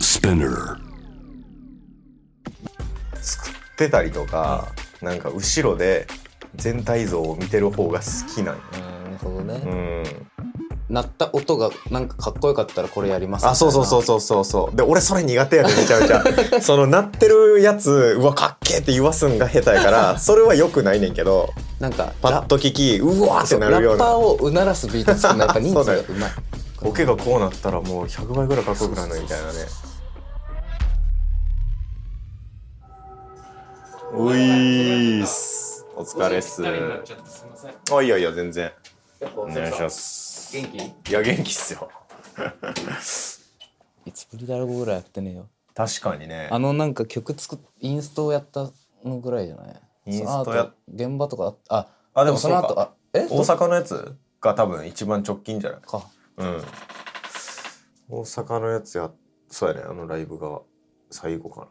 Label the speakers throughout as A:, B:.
A: Spinner.
B: 作ってたりとか、なんか後ろで全体像を見てる方が好きなんよ
C: うんなるほどね、
B: うん
C: 鳴った音がなんかかっこよかったらこれやります
B: あそうそうそううそうそうそうで俺それ苦手やでめちゃめちゃ その鳴ってるやつうわかっけえって言わすんが下手やからそれは良くないねんけど
C: なんか
B: パッと聞きうわーって
C: ラ
B: なるよ
C: ラ
B: うな
C: ッパーをうならすビート作るのやっぱ人数がうまい
B: ボケがこうなったらもう100倍ぐらいかっこよくなるのみたいなねういーっすお疲れっすあいやいや全然お願いします
C: 元気
B: いや元気っすよ
C: いつぶりだろうぐらいやってねえよ
B: 確かにね
C: あのなんか曲作っインストをやったのぐらいじゃない
B: インストや
C: その後現場とかあっ
B: あ
C: あ
B: でも
C: その
B: そう
C: 後
B: か
C: あえ
B: 大阪のやつが多分一番直近じゃない
C: か
B: うん大阪のやつやそうやねあのライブが最後か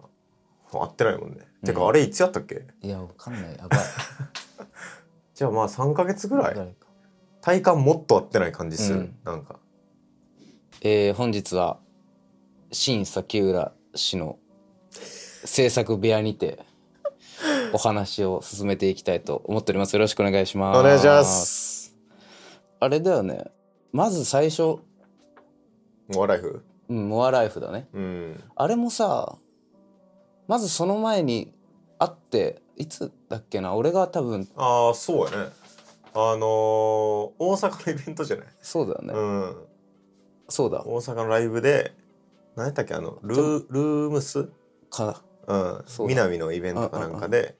B: な合ってないもんね、てかあれいつやったっけ
C: いやわかんない やばい
B: じゃあまあ3ヶ月ぐらい
C: 誰か
B: 体感もっと合ってない感じする、
C: うん
B: なんか
C: えー、本日は新崎浦氏の制作部屋にてお話を進めていきたいと思っておりますよろしくお願いします
B: お願いします
C: あれだよねまず最初、
B: モアライフ
C: うん、モアライフだね
B: うん
C: あれもさまずその前に会っていつだっけな俺が多分
B: ああそうやねあのー、大阪のイベントじゃない、
C: そうだよね、
B: うん
C: そうだ
B: 大阪のライブで何やったっけあのルールームス
C: か
B: うん
C: そうだ
B: 南のイベントかなんかで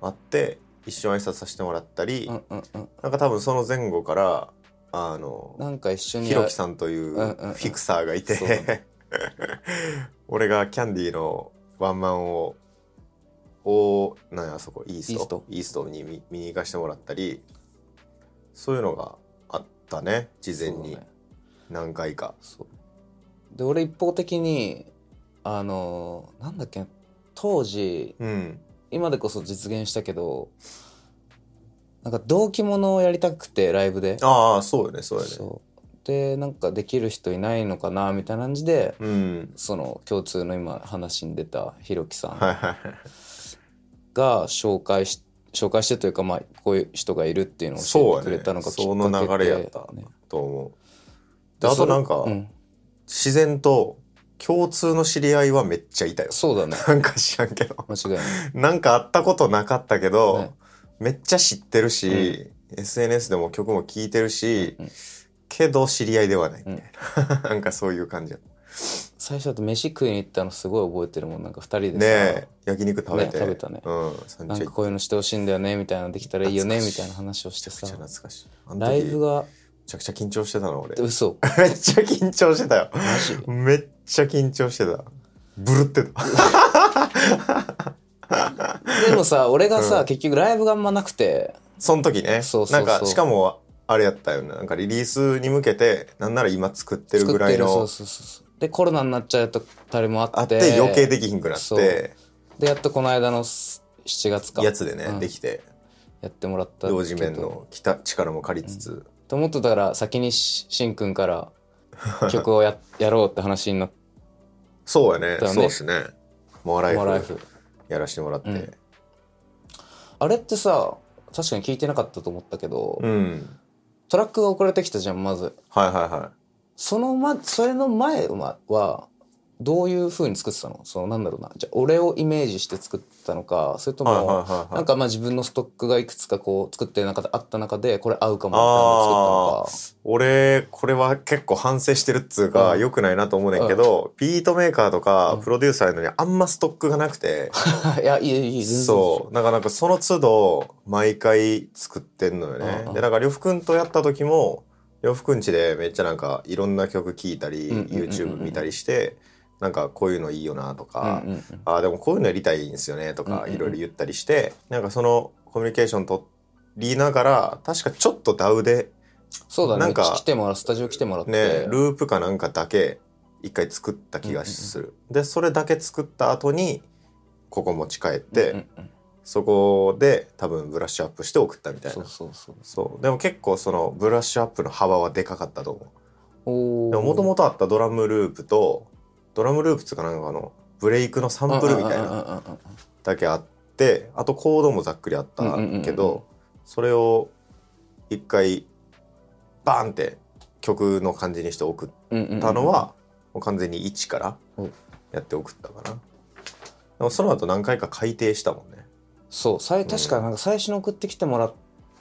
B: 会って一緒に挨拶させてもらったり、
C: うんうんうん
B: なんか多分その前後からあの
C: なんか一緒に
B: ひろきさんというフ
C: うんうんうん
B: ィクサーがいて、
C: そうだ
B: 俺がキャンディーのワンマンをおなんやあそこイースト
C: イースト
B: に見見に行かせてもらったりそういうのがあったね事前
C: そう
B: に
C: だね
B: 何回か。
C: そうで俺一方的にあのなんだっけ当時
B: うん
C: 今でこそ実現したけどなんか同期ものをやりたくてライブで
B: ああそうよねそうよね。
C: そうでなんかできる人いないのかなみたいな感じで
B: うん
C: その共通の今話に出たひろきさん
B: はいはいはい
C: が紹介し紹介してというか、まあ、こういう人がいるっていうのを
B: そう
C: 教え
B: や
C: てくれたの
B: ね
C: がきっかけ
B: そ
C: で
B: の流れやった
C: ね
B: と思う。
C: で
B: であ
C: そ
B: と
C: れ
B: なんか
C: うん
B: 自然と共通の知り合いはめっちゃいたよ。
C: そうだね
B: なんか知らんけど。
C: 間違いない
B: なんか会ったことなかったけど、
C: ね
B: めっちゃ知ってるし、SNS でも曲も聴いてるし、
C: うんうん
B: けど知り合いではないみたい な。なんかそういう感じやった
C: 最初だと飯食いに行ったのすごい覚えてるもんなんか2人でさ、
B: ねえ、焼肉食べて。
C: ね食べたね
B: うん、三
C: なん
B: 茶行
C: か
B: っ
C: こういうのしてほしいんだよねみたいなのできたらいいよね
B: 懐か
C: み
B: したい
C: いな話をして
B: てめ
C: さ
B: っちゃ懐かしい。あの
C: ライ
B: 時、
C: ブ
B: め
C: が
B: ちゃくちゃ緊張してたの俺。 めっ
C: 嘘
B: ちゃ緊張してたよ。
C: マジ
B: めっちゃ緊張してた。ブルってた。
C: でもさ俺がさ、
B: うん
C: 結局ライブがあんまなくて
B: その時ね。
C: そうそうそう
B: なんか、しかも、あれやったよね。なんかリリースに向けて、なんなら今作ってる
C: 作
B: ぐ
C: っ
B: ら
C: て
B: い
C: るそう
B: の、
C: そうそうそうでコロナになっちゃうとたりもあ
B: あっ
C: って
B: て余計できひんくなっ
C: そう
B: て、
C: でやっとこの間のす7月か
B: やつでね、
C: うん
B: できて、
C: やってもらったけど
B: 同時面の来た力も借りつつ、
C: と思ってたから先にししんくん から曲をややろうって話になっ
B: そうやね、
C: だよね
B: そうですね。モア
C: た
B: ライ
C: モアライ
B: フ
C: フ
B: やらせてもらって、
C: うんあれってさ確かに聞いてなかったと思ったけど、
B: うん。
C: トラックが送られてきたじゃんまず
B: はいはいは
C: そのまそれの前はどういう風に作ってたのそのなんだろうなじゃあ俺をイメージして作ったのかそれと
B: い。はいはい
C: も
B: はい
C: な
B: は
C: ん
B: い。
C: かまあ自分のストックがいくつかこう作ってる中であった中でこれ合うかもみ
B: あ
C: たいなのを作っ
B: 俺、これは結構反省してるっつうか、
C: うん
B: 良くないなと思うねんけど、ビートメーカーとか
C: うん
B: プロデューサーやのにあんまストックがなくて、
C: たのか いやいいよいいよ全然
B: そう。だからなんかその都度、毎回作ってんのよ
C: うんう
B: ね
C: ん。
B: で、なんか、りょふくんとやった時も、りょふくんちでめっちゃなんか、いろんな曲聴いたり、
C: うんうんうんうん
B: YouTube 見たりして、なんか、こういうのいいよなと
C: うん
B: か、
C: うんうん
B: ああ、でもこういうのやりたいんですよねと
C: うんうん
B: か、
C: うん
B: いろいろ言ったりして、なんかそのコミュニケーション取りながら、確かちょっとダウで、
C: そうだね
B: なんか
C: 来てもらうスタジオ来てもらって、
B: ね、ループかなんかだけ、一回作った気がする。で、それだけ作った後に、ここ持ち帰って、
C: うんうん
B: そこで多分ブラッシュアップして送ったみたい
C: そ
B: な
C: う。そうそう
B: そう。でも結構そのブラッシュアップの幅はでかかったと思う。
C: お
B: でもと
C: と
B: もとあったドラムループと、ドラムループつかなんかのブレイクのサンプルみたい
C: うんう
B: な
C: んうんうんうん
B: だけあってあとコードもざっくりあったけ
C: うんうんうんうん
B: どそれを一回バーンって曲の感じにして送っ
C: うんうんうん
B: たのはもう完全に1から
C: うん
B: やって送ったかな。でもその後何回か改訂したもんね。
C: そうさい確かなんか最初に送ってきてもらっ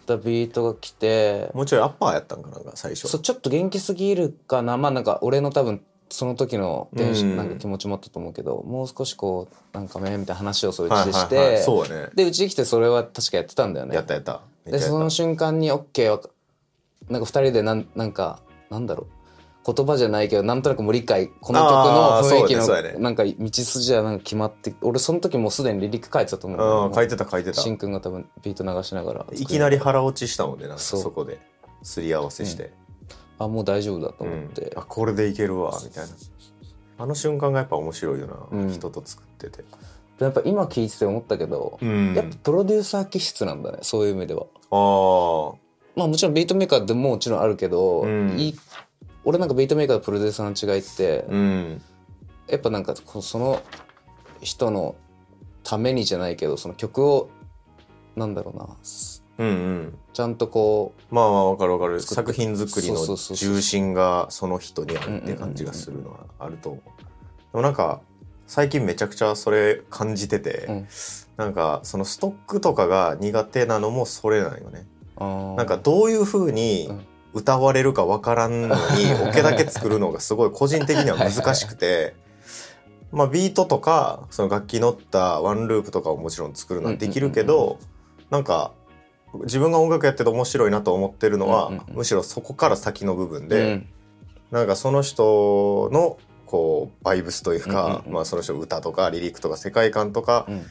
C: たビートが来て、
B: もうちょいアッパーやったんかなんか最初。
C: そうちょっと元気すぎるかなまあなんか俺の多分その時のテンション
B: うん
C: なんか気持ちもあったと思うけど、もう少しこうなんかめみたいな話をそういう
B: はい
C: ちして、
B: はいはいそうやね。
C: でうちに来てそれは確かやってたんだよね
B: やったやった。めっ
C: で
B: ちゃや
C: そ
B: った
C: の瞬間に OK はなんか2人でなんなんかなんだろう言葉じゃないけどなんとなくもう理解この曲
B: あー
C: の雰囲気
B: そうやねそうやね
C: のなんか道筋はなんか決まって俺その時もうすでにリリック書いてたと思う
B: うんん、
C: だ
B: 書
C: よ
B: いてた書いてた
C: し。んくんが多分ビート流しながら
B: いきなり腹落ちしたもんね、なんか
C: そう
B: そこで。すり合わせして。
C: あもう大丈夫だと思って、
B: うんあ、これでいけるわ、みたいな。あの瞬間がやっぱ面白いよな、
C: うん
B: 人と作ってて。
C: やっぱ今聞いてて思ったけど、
B: うん。
C: やっぱプロデューサー気質なんだねそういう意味では
B: ああ。
C: まあもちろんビートメーカーでももちろんあるけど、
B: うん
C: い俺なんかビートメーカーとプロデューサーの違いって、
B: うん。
C: やっぱなんかこうその人のためにじゃないけどその曲をなんだろうなす
B: うんうん。
C: ちゃんとこ
B: まあまあわかるわかる
C: 作っ
B: 作品作りの
C: そうそうそうそう
B: 重心がその人にあるって感じがするのはあると思う。でもなんか最近めちゃくちゃそれ感じてて、
C: うん
B: なんかそのストックとかが苦手なのもそれなんよね。
C: うあー
B: なんかどういう風に
C: うん
B: 歌われるかわからん のにオケだけ作るのがすごい個人的には難しくて。まあ、ビートとかその楽器に乗ったワンループとかをもちろん作るのはできるけど、
C: うんうん
B: なんか自分が音楽やってて面白いなと思ってるのは、
C: うんうんうん
B: むしろそこから先の部分
C: う
B: で、
C: ん
B: なんかその人のこうバイブスという
C: うん
B: か
C: う、んうん
B: まあ、その人の歌とかリリックとか世界観とか
C: うん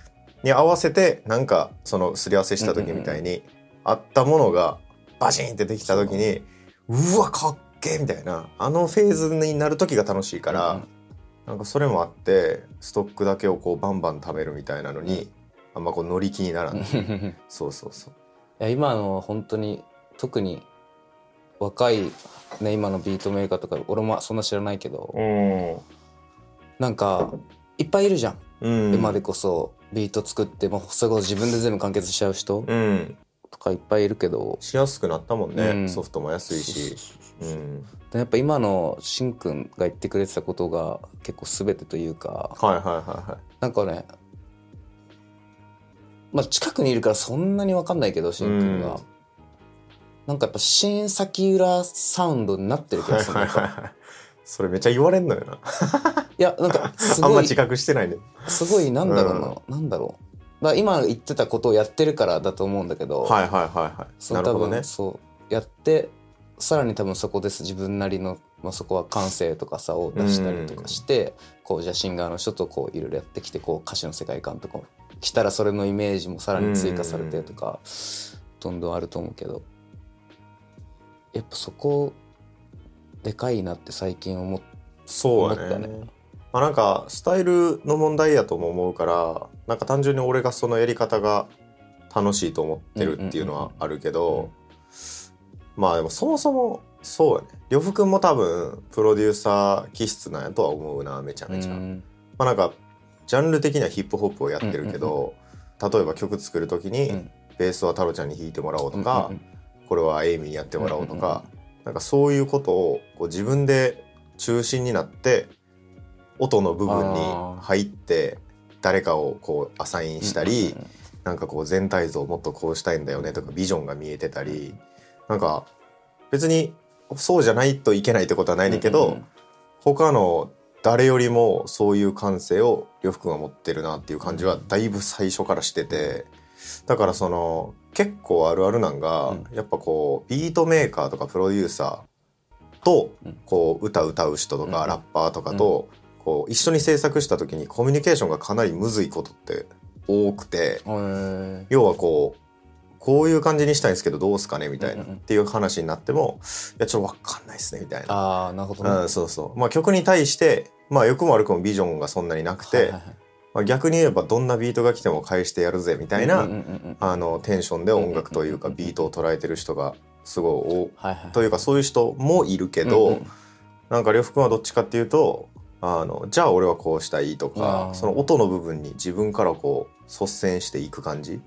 B: に合わせてなんかそのすり合わせした時みたいにあったものがバシーンってできた時にうわかっけえみたいなあのフェーズになる時が楽しいから、
C: うんうん
B: なんかそれもあってストックだけをこうバンバン貯めるみたいなのにあんまこう乗り気にならない
C: い
B: そうそうそう
C: や今のは本当に特に若い、ね、今のビートメーカーとか俺もそんな知らないけど、
B: うん
C: なんかいっぱいいるじゃん、
B: うん
C: 今でこそビート作って、まあ、それこそ自分で全部完結しちゃう人
B: うん
C: とかいっぱいいるけど、
B: しやすくなったもんね、
C: うん
B: ソフトも安いしうん
C: でやっぱ今のしんくんが言ってくれてたことが結構全てというか
B: はいはいはいはい
C: なんかねまあ近くにいるからそんなに分かんないけどしんくんが、
B: うん
C: なんかやっぱ新崎浦サウンドになってる気
B: は
C: が
B: い
C: する、
B: はいはいはい それめっちゃ言われんのよない
C: やなんかす
B: あん
C: ご
B: ま
C: い
B: 自覚してないね
C: すごいなんだろうな、なんだろうだから今言ってたことをやってるからだと思うんだけど、
B: はいはいはいはい
C: そ
B: な
C: う
B: る
C: 多
B: ほど
C: 分、
B: ね
C: そうやってさらに多分そこです自分なりの、まあ、そこは感性とかさを出したりとかして、こうじゃあシンガーの人とこういろいろやってきてこう歌詞の世界観とかも来たらそれのイメージもさらに追加されてとか、どんどんあると思うけどやっぱそこでかいなって最近思っ
B: そう
C: 思った
B: やね
C: ね
B: まあなんかスタイルの問題やとも思うからなんか単純に俺がそのやり方が楽しいと思ってるっていうのはあるけ
C: うんうんうんうん
B: どまあでもそもそもそうやね呂布君も多分プロデューサー気質なんやとは思うなめちゃ
C: う
B: めちゃ。
C: ん
B: まあなんかジャンル的にはヒップホップをやってるけど、例えば曲作る時に、
C: うん
B: ベースは太郎ちゃんに弾いてもらおうと
C: う
B: か
C: ん、うん
B: これはエイミーにやってもらおうとか、なんかそういうことをこう自分で中心になって音の部分に入って誰かをこうアサインしたり、
C: うん
B: なんかこう全体像をもっとこうしたいんだよねとかビジョンが見えてたりなんか別にそうじゃないといけないってことはないねんだけど、
C: うんうん
B: 他の誰よりもそういう感性を呂布君は持ってるなっていう感じはだいぶ最初からしててだからその結構あるあるなんが、
C: うん
B: やっぱこうビートメーカーとかプロデューサーと
C: うん
B: こう歌歌う人とか
C: うん
B: ラッパーとかとこう一緒に制作した時にコミュニケーションがかなりむずいことって多くて
C: うん
B: 要はこうこういう感じにしたいんですけどどうすかねみたいなっ
C: うんうん
B: ていう話になってもいやちょっと分かんないですねみたいな。
C: ああなるほどね
B: うん、そうそう。まあ曲に対して、まあ良くも悪くもビジョンがそんなになくて、
C: はいはいはい
B: まあ、逆に言えばどんなビートが来ても返してやるぜみたいな、
C: うんうんうんうん
B: あのテンションで音楽というか
C: うんうんうんうん
B: ビートを捉えてる人がすごい
C: はいはい
B: 多というかそういう人もいるけど、
C: うんうん
B: なんか呂布君はどっちかっていうとあのじゃあ俺はこうしたいとか
C: あー
B: その音の部分に自分からこう率先していく感じい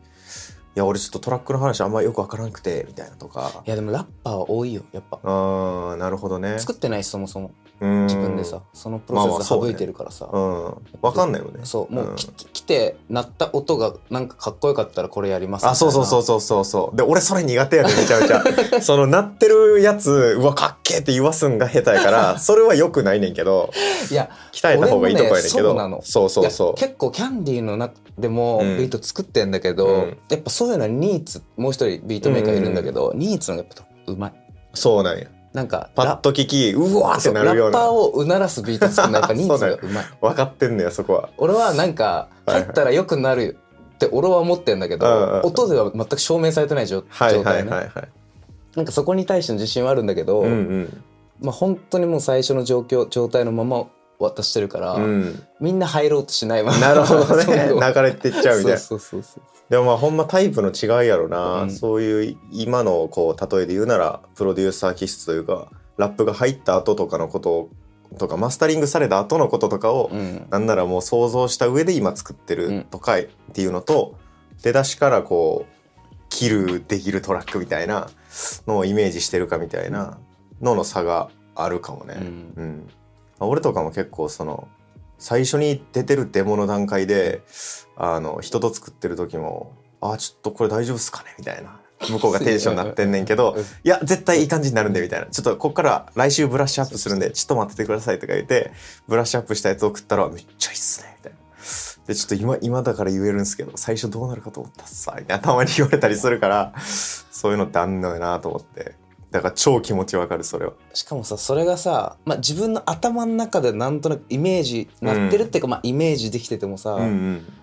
B: や俺ちょっとトラックの話あんまよくわからんくてみたいなとか
C: いやでもラッパーは多いよやっぱ
B: あーなるほどね
C: 作ってないしそもそも
B: うん
C: 自分でさそのプロ
B: まあまあ
C: セス
B: そうね
C: 省いてるからさ
B: うんわかんないよね
C: そうもう、
B: ん
C: きき来て鳴った音がなんかかっこよかったらこれやりますみたいな
B: あそうそうそうそうそうそうで俺それ苦手やねめちゃめち ゃその鳴ってるやつうわかっけえって言わすんが下手や からそれはよくないねんけど
C: いや
B: 鍛えた方がいいとこやねんけど
C: 俺もねそうなの
B: そうそう
C: い
B: そ
C: や結構キャンディーの中でも
B: うん
C: ビート作ってんだけど、
B: うん
C: やっぱそういうのはニーツもう一人ビートメーカーいるんだけど、ニーツのやっぱうまいう
B: そうなんや
C: なんか
B: パッと聞きうわーってなるよう
C: ラッパ
B: な
C: ーをうならすビート作るのやっぱニーツがうまい
B: 分かってんねやそこは
C: 俺はなんか
B: はいは
C: 入
B: い
C: ったらよくなるって俺は思ってんだけど、
B: うんうん
C: 音では全く証明されてない状
B: はい
C: 状
B: はい
C: 態ね、
B: はいはい
C: なんかそこに対しての自信はあるんだけど、
B: うん
C: まあ本当にもう最初の状況状態のまま渡してるから、
B: うんうん
C: みんな入ろうとしないまま
B: なるほど ね
C: 最後
B: 流れてっちゃうみたいな
C: そうそうそうそ
B: でもまあほんまタイプの違いやろな、
C: うん
B: そういう今のこう例えで言うならプロデューサー気質というかラップが入った後とかのこととかマスタリングされた後のこととかを、
C: う、うん、
B: なんならもう想像した上で今作って
C: う
B: る
C: ん
B: とかっていうのと、出だしからこう切るできるトラックみたいなのをイメージしてるかみたいなのの差があるかもね。
C: うん
B: うんまあ俺とかも結構その最初に出てるデモの段階であの人と作ってる時も「あーちょっとこれ大丈夫っすかね」みたいな向こうがテンションになってんねんけ ど
C: う
B: 「
C: ん
B: いや絶対いい感じになるんで」みたいな「ちょっとこっから来週ブラッシュアップするんでちょっと待っててください」とか言ってブラッシュアップしたやつ送ったら「めっちゃいいっすね」みたいな。でちょっと今今だから言えるんですけど最初どうなるかと思ったっさみたいなたまに言われたりするからそういうのってあんのよなと思ってだから超気持ちわかるそれは。
C: しかもさそれがさ、まあ、自分の頭の中でなんとなくイメージなってるっていうか、まあ、イメージできててもさ、
B: うんうん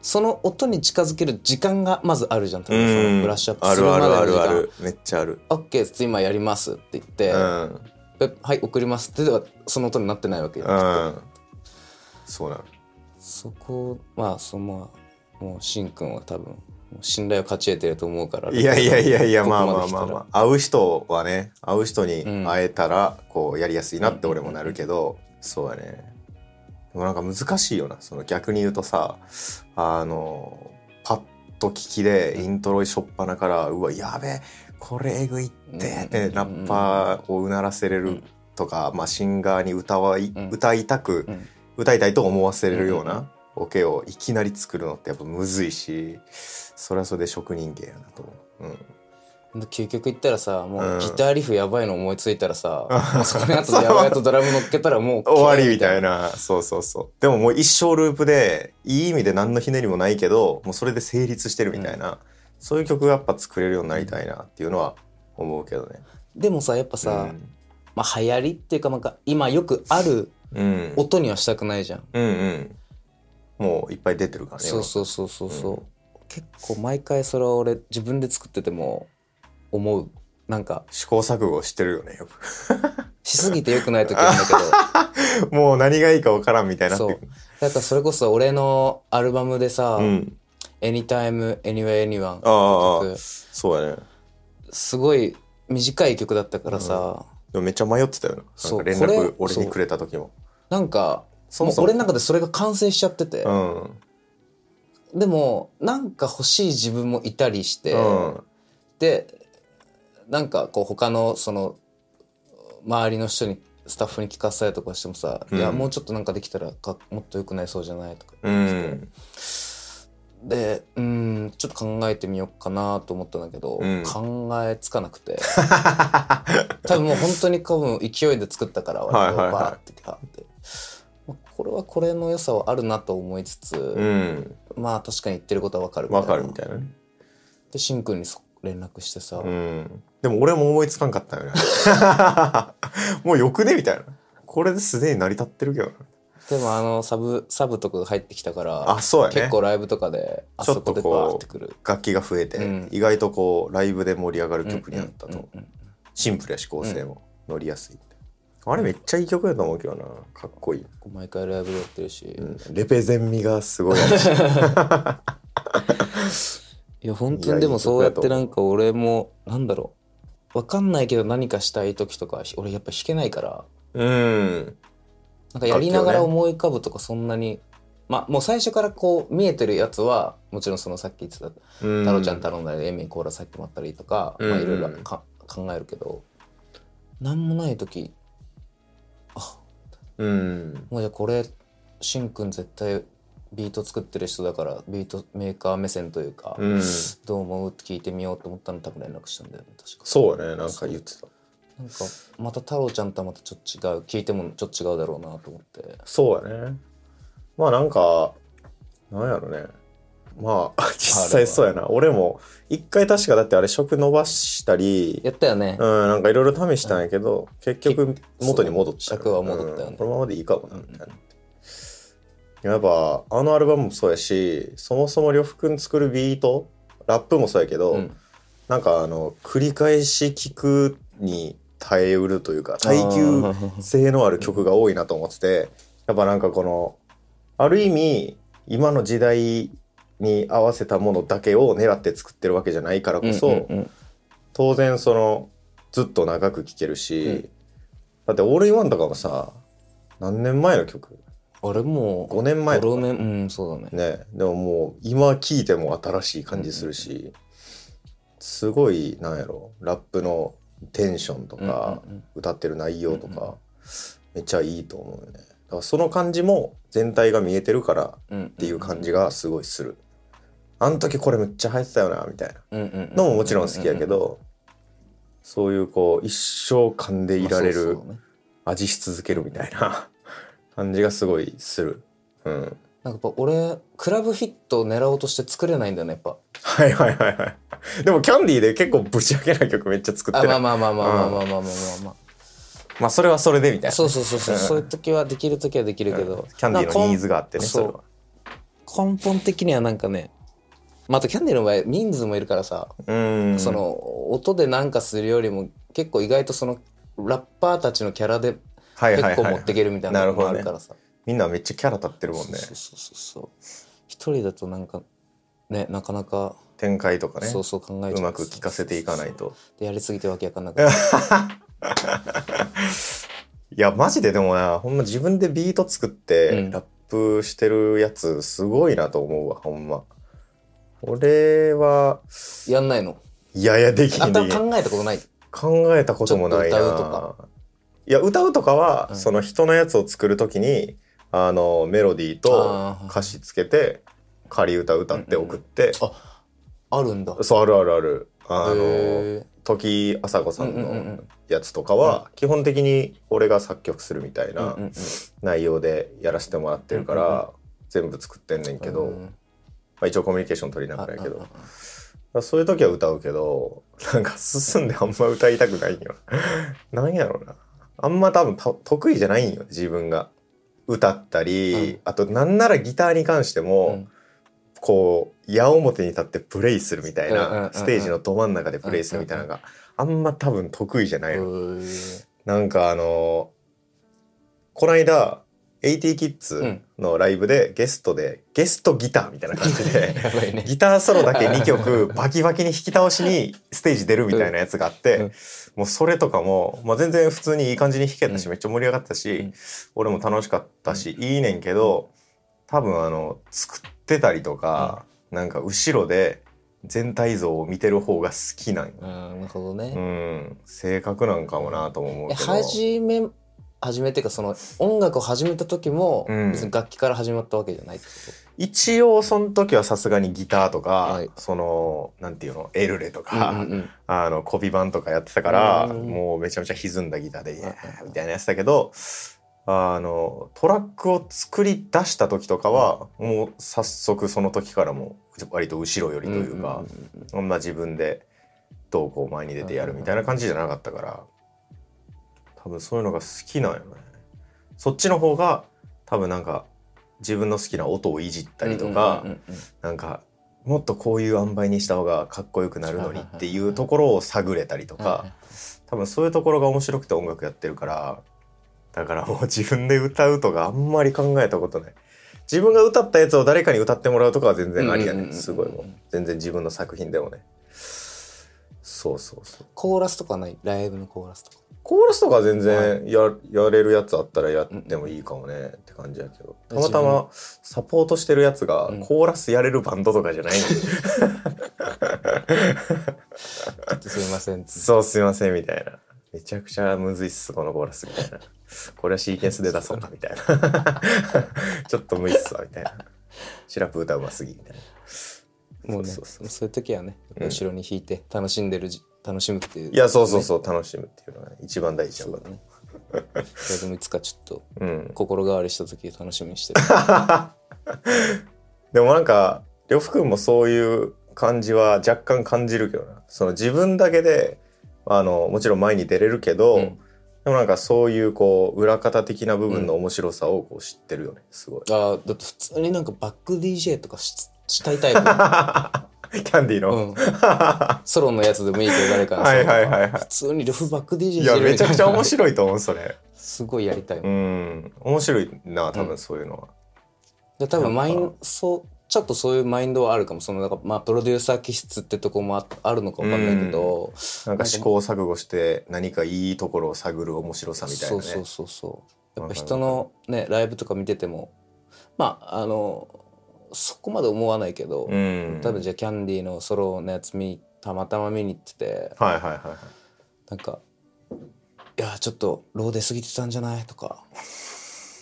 C: その音に近づける時間がまずあるじゃん例
B: う
C: えばそ
B: ん
C: のブラッシュアップ
B: あ
C: する
B: る
C: ま
B: あ
C: で
B: る
C: の
B: あ
C: 時
B: るあ
C: 間
B: るめっちゃある、
C: 「OK ちょっと今やります」って言って
B: うん
C: 「ではい送ります」ってではその音になってないわけよ
B: うんそうなの
C: そこまあそのもうしんくんは多分もう信頼を勝ち得てると思うから
B: いやいやいやいや
C: ここ
B: まあ
C: ま
B: ま
C: で
B: あ
C: 来
B: ま
C: た
B: あ
C: ら
B: まあ会う人はね会う人に
C: うん
B: 会えたらこうやりやすいなって俺もなるけど、そうやねでもなんか難しいよなその逆に言うとさあのパッと聞きでイントロしょっぱなからうわやべえこれえぐいってって
C: うん
B: ラッパーをうならせれ
C: う
B: る
C: ん
B: とか、まあ、シンガーに歌はい、
C: うん
B: 歌いたく、
C: うん
B: 歌いたいと思わせれるよう
C: うんうん
B: なボケをいきなり作るのってやっぱむずいしそれはそれで職人芸やなと思う。うん
C: で究極言ったらさもううんギターリフやばいの思いついたらさ、 もうそこにあとやばいとドラム乗っけたらもう
B: 終わりみたい
C: な
B: なそうそうそうでももう一生ループでいい意味で何のひねりもないけどもうそれで成立してるみたいな、そういう曲がやっぱ作れるようになりたいなっていうのは思うけどね。
C: でもさやっぱさ、まあ流行りっていうかなんか今よくある
B: うん、うん
C: 音にはしたくないじゃん、
B: うんうんもういっぱい出てるからね
C: そうそうそうそうそう、
B: うん
C: 結構毎回それは俺自分で作ってても思うなんか
B: 試行錯誤してるよねよく
C: しすぎてよくない時あるんだけど
B: もう何がいいか分からんみたいになってくる
C: だからそれこそ俺のアルバムでさ「
B: うん、
C: Anytime Anywhere Anyone
B: ああ」ああ
C: 曲
B: そうやね
C: すごい短い曲だったからさ、
B: でもめっちゃ迷ってたよなな
C: そ
B: んか
C: う
B: 連
C: こ
B: 絡
C: れ
B: 俺にくれた時も
C: なんか
B: そもそも
C: う俺の中でそれが完成しちゃってて、
B: うん、
C: でもなんか欲しい自分もいたりして、
B: うん
C: でなんかこう他のその周りの人にスタッフに聞かせたりとかしてもさ「
B: うん
C: いやもうちょっとなんかできたらかもっと良くなりそうじゃない?」とか
B: うん
C: でうんちょっと考えてみようかなと思ったんだけど、
B: うん
C: 考えつかなく て多分もう本当に多分勢いで作ったから俺
B: はいはいはい
C: バーってガーって、まあこれはこれの良さはあるなと思いつつ、
B: うん
C: まあ確かに言ってることは分かる
B: 分かるみたいなね
C: でしんくんにそ連絡してさ、
B: うん、でも俺も思いつかんか ったよねもうよくねみたいなこれですでに成り立ってるけどな
C: でもあのサブサブとかが入ってきたから
B: あそうやね
C: 結構ライブとかであ
B: ちょ
C: そ
B: っと
C: こ
B: こう
C: でバーってくる
B: 楽器が増えて、
C: うん
B: 意外とこうライブで盛り上がる曲になったと、
C: うんうんうん
B: シンプルやし構成も乗りやすいってあれめっちゃいい曲やと思うけどなかっこいい、
C: うん毎回ライブでやってるし、
B: う
C: い
B: ん、レペゼン味がすごいある し
C: や本当にでもそうやってなんか俺もなんだろうわかんないけど何かしたい時とかひ俺やっぱ弾けないから
B: うん
C: なんかやりながら思い浮かぶとかそんなに、まあもう最初からこう見えてるやつはもちろんそのさっき言ってた
B: うん
C: 太郎ちゃん頼んだりエミにコーラス入ってもらったりとか、
B: うん
C: まあ、いろいろか考えるけどなんもない時あ
B: うん
C: もうじゃあこれしんくん絶対ビート作ってる人だからビートメーカー目線というか、
B: うん
C: どう思うって聞いてみようと思ったのに多分連絡したんだよね確か
B: そうやねなんか言ってた
C: なんかまた太郎ちゃんとはまたちょっと違う聞いてもちょっと違うだろうなと思って
B: そうやねまあなんかなんやろねまあ実際そうやな俺も一回確かだってあれ食伸ばしたり
C: やったよね、
B: うん、なんかいろいろ試したんやけど、結局元に戻ったよね
C: そう尺は戻ったよね
B: うんこのままでいいかもなみたいな、やっぱあのアルバムもそうやしそもそも呂布くん作るビートラップもそうやけど、
C: うん
B: なんかあの繰り返し聞くに耐えうるというか耐久
C: あー
B: 性のある曲が多いなと思っててやっぱなんかこのある意味今の時代に合わせたものだけを狙って作ってるわけじゃないからこ そ、
C: うんうんうん
B: 当然そのずっと長く聴けるし、
C: うん
B: だって「オールインワン」とかもさ何年前の曲
C: あれもう
B: ?5 年前とか
C: 5年うんそうだね
B: ねでももう今聴いても新しい感じするし、すごいなんやろラップのテンションとか、
C: うんうんうん
B: 歌ってる内容とか、
C: うんうん
B: めっちゃいいと思うよねだからその感じも全体が見えてるからっ
C: って
B: いう感じがすごいする、あの時これめっちゃ流行ってたよなみたいなの
C: の
B: ももちろん好きやけど、そういうこう一生噛んでいられる味し続けるみたいな感じがすごいする。うん、
C: なんかやっぱ俺クラブヒットを狙おうとして作れないんだよねやっぱ
B: はいはいはいはい。でもキャンディーで結構ぶち上げな曲めっちゃ作っ
C: あ
B: てる。
C: まあ
B: ま
C: まあまあまあまあまあまあまあまあま
B: あそれはそれでみたい
C: あ
B: な。
C: そうそうそうそう
B: うん
C: そういう時はできる時はできるけど
B: キャンディーのニーズ
C: が
B: があってね。
C: そ
B: そうれは
C: 根本的にはなんかねまたキャンディーの場合人数もいるからさ
B: うん。
C: その音でなんかするよりも結構意外とそのラッパーたちのキャラで
B: はいはいは
C: 結
B: いは
C: 構
B: い
C: 持っていけるみたいなのもあるからさ
B: みんなめっちゃキャラ立ってるもん
C: そう
B: ね。
C: そうそうそう一人だとなんかねなかなか
B: 展開とかね。
C: そうそう考えちゃ
B: うまく聞かせていかないと。
C: でやりすぎてわけわかんなく なる
B: いや、マジででもな、ほんま自分でビート作って、
C: うん
B: ラップしてるやつ、すごいなと思うわ、ほんま。俺は、
C: やんないの
B: いやいや、でき
C: あ
B: ん
C: ん
B: で
C: た
B: きん
C: 考えたことない
B: 考えたこともないな。
C: ちょっと歌うと
B: いや、歌うとかは、
C: うん
B: その人のやつを作るときに、あの、メロディーと
C: あー
B: 歌詞つけて、仮歌歌って送って、
C: うんあるんだ
B: そう、あるあるある。あの、
C: へ
B: 時あさこさん
C: うんうんう
B: の
C: ん
B: やつとかは、基本的に俺が作曲するみたい
C: ー
B: な
C: うんうんうん
B: 内容でやらせてもらってるか
C: うんうん
B: ら、全部作ってんねんけど、
C: うん
B: まあ、一応コミュニケーション取りながらやけど、
C: あ
B: だからそういう時は歌うけど、なんか進んであんま歌いたくないんよ。 なんやろうな。あんま多分た得意じゃないんよ、自分が。歌ったり、
C: うん
B: あとなんならギターに関して
C: あ
B: も、
C: うん
B: こう矢面に立ってプレイするみたい
C: うんうんうんう
B: なんステージのど真ん中でプレイするみたいなのがあんま多分得意じゃないの。
C: うー
B: なんかあのこないだ AT キッズのライブでゲストでゲストギターみたいな感じで
C: やばいね
B: ギターソロだけ2曲バキバキに弾き倒しにステージ出るみたいなやつがあって、
C: うんうん
B: もうそれとかも、まあ、全然普通にいい感じに弾けたし、
C: うん
B: めっちゃ盛り上がったし、
C: うん
B: 俺も楽しかったし、いいねんけど多分あの作ってたりとか、なんか後ろで全体像を見てる方が好きなんよ。
C: あーなるほど
B: う
C: ね
B: ん、性格なんかもなとも思う
C: え
B: けど。
C: 始め始めっていうかその音楽を始めた時も
B: うん
C: 別に楽器から始まったわけじゃないってこ
B: 一応その時はさすがにギターとか、
C: はい
B: そのなんていうのエルレと
C: と
B: か、
C: うんうんうん
B: あの、コビ版とかやってたから、
C: うん
B: もうめちゃめちゃ歪んだギターで、イエ
C: う
B: ー
C: ん
B: みたいなやつだけど、あの、トラックを作り出した時とかは、もう早速その時からも、割と後ろ寄りというか、
C: んんん
B: そんな自分で、どうこう前に出てやるみたいな感じじゃなかったから、多分そういうのが好きなんよね。そっちの方が、多分なんか、自分の好きな音をいじったりとか、
C: うんうんうんうん
B: なんかもっとこういう塩梅にした方がかっこよくなるのにっていうところを探れたりと
C: はいは
B: か
C: い
B: 多分そういうところが面白くて音楽やってるからだからもう自分で歌うとかあんまり考えたことない自分が歌ったやつを誰かに歌ってもらうとかは全然ありや
C: うんうんうん
B: ね
C: うん
B: すごいもう全然自分の作品でもねそうそうそう
C: コーラスとかないライブのコーラス とか
B: コーラスとか全然や,、やれるやつあったらやってもいいかもねって感じやけどたまたまサポートしてるやつが
C: うん
B: コーラスやれるバンドとかじゃないんで、
C: ちょっとすみません
B: そうすいませんみたいなめちゃくちゃむずいっすこのコーラスみたいなこれはシーケンスで出そうかみたいな ちょっと無理っすわみたいなシラプ歌うますぎみたいな
C: もうね
B: そ
C: そうう
B: そうそう
C: いう時はね
B: うん
C: 後ろに引いて楽しんでるじ、楽しむっていう
B: いやそうそうそう楽しむっていうのが、ね、一番大事だ
C: そう
B: か
C: だねいやでもいつかちょっと
B: らうん
C: 心変わりした時楽しみにし てる
B: でもなんか呂布くんもそういう感じは若干感じるけどなその自分だけであのもちろん前に出れるけど、
C: うん
B: でもなんかそういうこう裏方的な部分の面白さをこう知ってるよねすごい
C: あーだって普通になんかバック DJ とかししたいタイ プ
B: キャンディーの、
C: うん、ソロのやつでもいいけど誰かのソ
B: は
C: ロ
B: い
C: とか
B: はいはいは
C: 普通にルフバック DJ
B: いいやめちゃくちゃ面
C: い
B: 白いと思うそれ
C: なすごいやりたい、
B: うん面白いな多分そういうのは、
C: で多分マイ
B: や
C: ン
B: っ
C: そうちょっとそういうマインドはあるかもそのなんかまあプロデューサー気質ってとこもああるのかわかんないけど、
B: なんか試行錯誤して何かいいところを探る面白さみたいな
C: そう
B: ね
C: そうそうそうやっ
B: わか
C: ぱ
B: る
C: 人のねライブとか見ててもまああのそこまで思わないけど、
B: うん
C: 多分じゃあキャンディーのソロのやつ見たまたま見に行ってて
B: はいはいはいはい
C: なんか「いやちょっとロー出過ぎてたんじゃない?」とか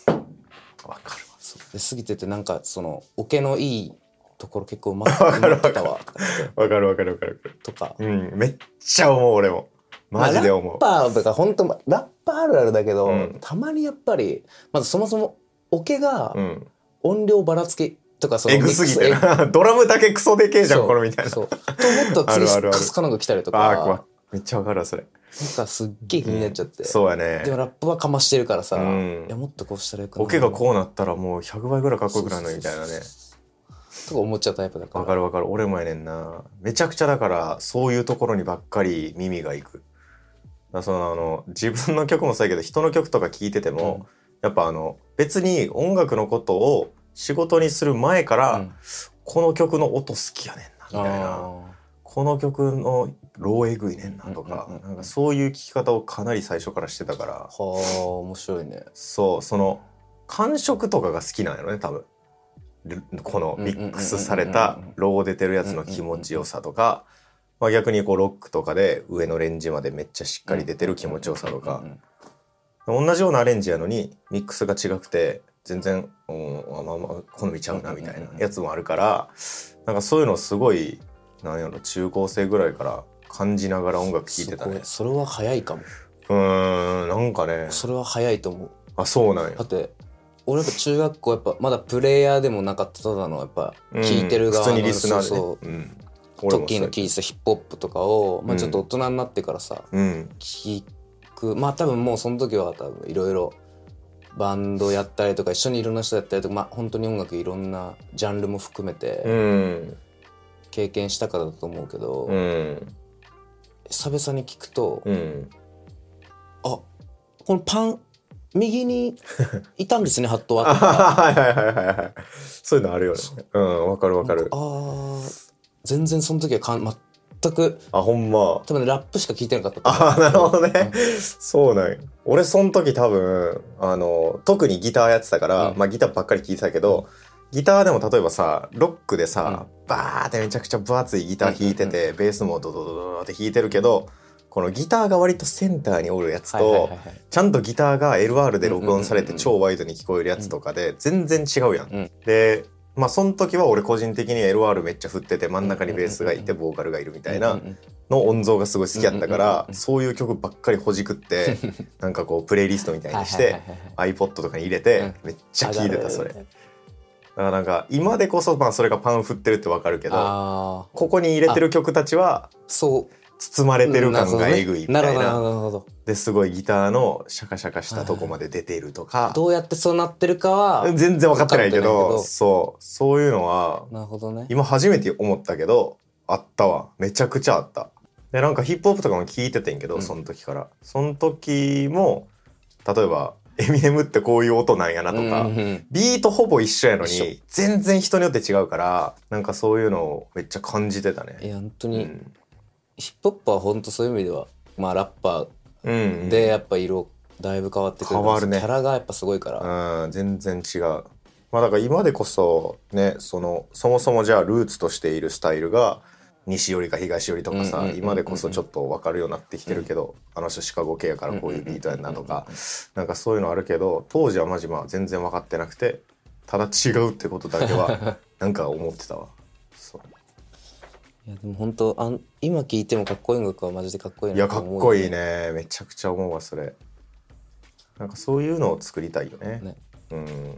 B: わかる
C: 「そう出過ぎててなんかそのオケのいいところ結構うまく 埋まってたわ」とか言って
B: わかるわかるわかる
C: とか
B: うんめっちゃ思う俺もマジで思う、
C: まあラッパーとか本当ラッパーあるあるだけど、
B: うん
C: たまにやっぱりまずそもそもオケが
B: うん
C: 音量ばらつきとかその
B: えぐすぎて
C: ミックス
B: なドラムだけクソでけえ
C: え
B: じゃんこれみたいな
C: そうそうともっと次
B: あるあるある
C: カスカのが来たりとか
B: あー
C: な
B: 怖い
C: ん
B: めっちゃわかるわそれ
C: かすっげえ気になっちゃって、
B: そうや
C: でも
B: ね
C: ラップはかましてるからさ、
B: うん
C: いやもっとこうしたらよくな
B: ボケがこうなったらもう100倍ぐらいかっこよくなるのにみたいなね
C: とか思っちゃうタイプだから
B: わかるわかる俺もやねんなめちゃくちゃだからそういうところにばっかり耳がいくだからそのあの自分の曲もそうやけど人の曲とか聴いてても、やっぱあの別に音楽のことを仕事にする前から、
C: うん
B: この曲の音好きやねんなみたいな
C: あ
B: この曲のローエグいねんなとか,、
C: うんうんうんうん
B: なんかそういう聴き方をかなり最初からしてたから
C: ーはあ面白いね
B: そうその感触とかが好きなんやろね多分ルこのミックスされた
C: うんうんうんうん
B: ロー出てるやつの気持ちよさとか、まあ、逆にこうロックとかで上のレンジまでめっちゃしっかり出てる気持ちよさとか
C: うんう、ん
B: 同じようなアレンジやのにミックスが違くて全然、うん、あまあまあ好みちゃうなみたいなやつもあるからなんかそういうのすごいなんやろ中高生ぐらいから感じながら音楽聴いてた
C: す
B: ね
C: ごいそれは早いかも
B: うーんなんかね
C: それは早いと思う
B: あそうなんや
C: だって俺やっぱ中学校やっぱまだプレイヤーでもなかったただのやっぱ
B: うん
C: 聴いてる側の、
B: 普通にリスナーで、ね、、
C: そう
B: ん、
C: う
B: 俺
C: ト
B: も
C: ッキーの聴いてたヒップホップとかを、
B: う
C: まあ、
B: ん
C: ちょっと大人になってからさ
B: うん
C: 聴くまあ多分もうその時は多分いろいろバンドやったりとか一緒にいろんな人やったりとかまあ本当に音楽いろんなジャンルも含め
B: う
C: て
B: ん
C: 経験したからだと思うけど、
B: うん
C: 久々に聴くと、
B: うん
C: あこのパン右にいたんですねハット
B: あは
C: は。
B: ははいはいはいはいそういうのあるよねうんわかるわかる
C: あー全然その時はかん全く
B: あほんま
C: 多分ねラップしか聞いてなかったと思う
B: ああなるほどね、そうなんや俺その時多分あの特にギターやってたから、
C: うん
B: まあギターばっかり聴いてたけど、ギターでも例えばさロックでさ、バーってめちゃくちゃ分厚いギター弾いてて、ベースもドドドドドって弾いてるけどこのギターが割とセンターにおるやつと、
C: はいはいはいはい
B: ちゃんとギターが LR で録音され
C: うんうん
B: て
C: うんうん
B: 超ワイドに聞こえるやつとかで全然違うやん。
C: うん
B: でまあその時は俺個人的に LR めっちゃ振ってて真ん中にベースがいてボーカルがいるみたい
C: うん
B: な
C: うんうん
B: の音像がすごい好きやったか
C: うんうんうん
B: ら
C: うん
B: そういう曲ばっかりほじくって なんかこうプレイリストみたいにし
C: はいは
B: て
C: いはいはい
B: iPod とかに入れてめっちゃ聴いてたそれ。だからなんか今でこそまあそれがパン振ってるってわかるけど
C: あー
B: ここに入れてる曲たちは
C: そう
B: 包まれてる感がえぐいみ
C: な
B: た
C: る
B: い
C: ほどねなるほ
B: な
C: どなるほど
B: ですごいギターのシャカシャカしたとこまで出ているとか。
C: どうやってそうなってるかは
B: 全然分かってないけ
C: 分かってな
B: ど
C: いけど
B: そうそういうのは
C: なるほどね
B: 今初めて思ったけどあったわめちゃくちゃあったでなんかヒップホップとかも聞いててんけど、
C: うん
B: その時からその時も例えば「エミネムってこういう音なんやな」とか、
C: うんうん
B: ビートほぼ一緒やの
C: 一
B: に全然人によって違うからなんかそういうのをめっちゃ感じてた
C: い
B: ね、
C: や本当
B: う
C: に
B: ん、
C: ヒップホップは本当そういう意味では、まあラッパ
B: うんうん
C: ーでやっぱ色だいぶ変わってくる。
B: 変わるね
C: キャラがやっぱすごいから。
B: うん全然違うまあだから今でこそねそのそもそもじゃあルーツとしているスタイルが西寄りか東寄りとか
C: うんうん
B: さ
C: うんうん
B: 今でこそちょっと分かるようになってきてるけど、あの人シカゴ系やからこういうビートやんなとか、なんかそういうのあるけど当時はマジまあ全然分かってなくてただ違うってことだけ はなんか思ってたわそう
C: いやでも本当あん今聴いてもかっこいい音楽はマジでかっこいい
B: い
C: な
B: や
C: と
B: かっ
C: 思う
B: こいい
C: よ
B: ねめちゃくちゃ思うわそれなんかそういうのを作りたいよね
C: ね
B: うん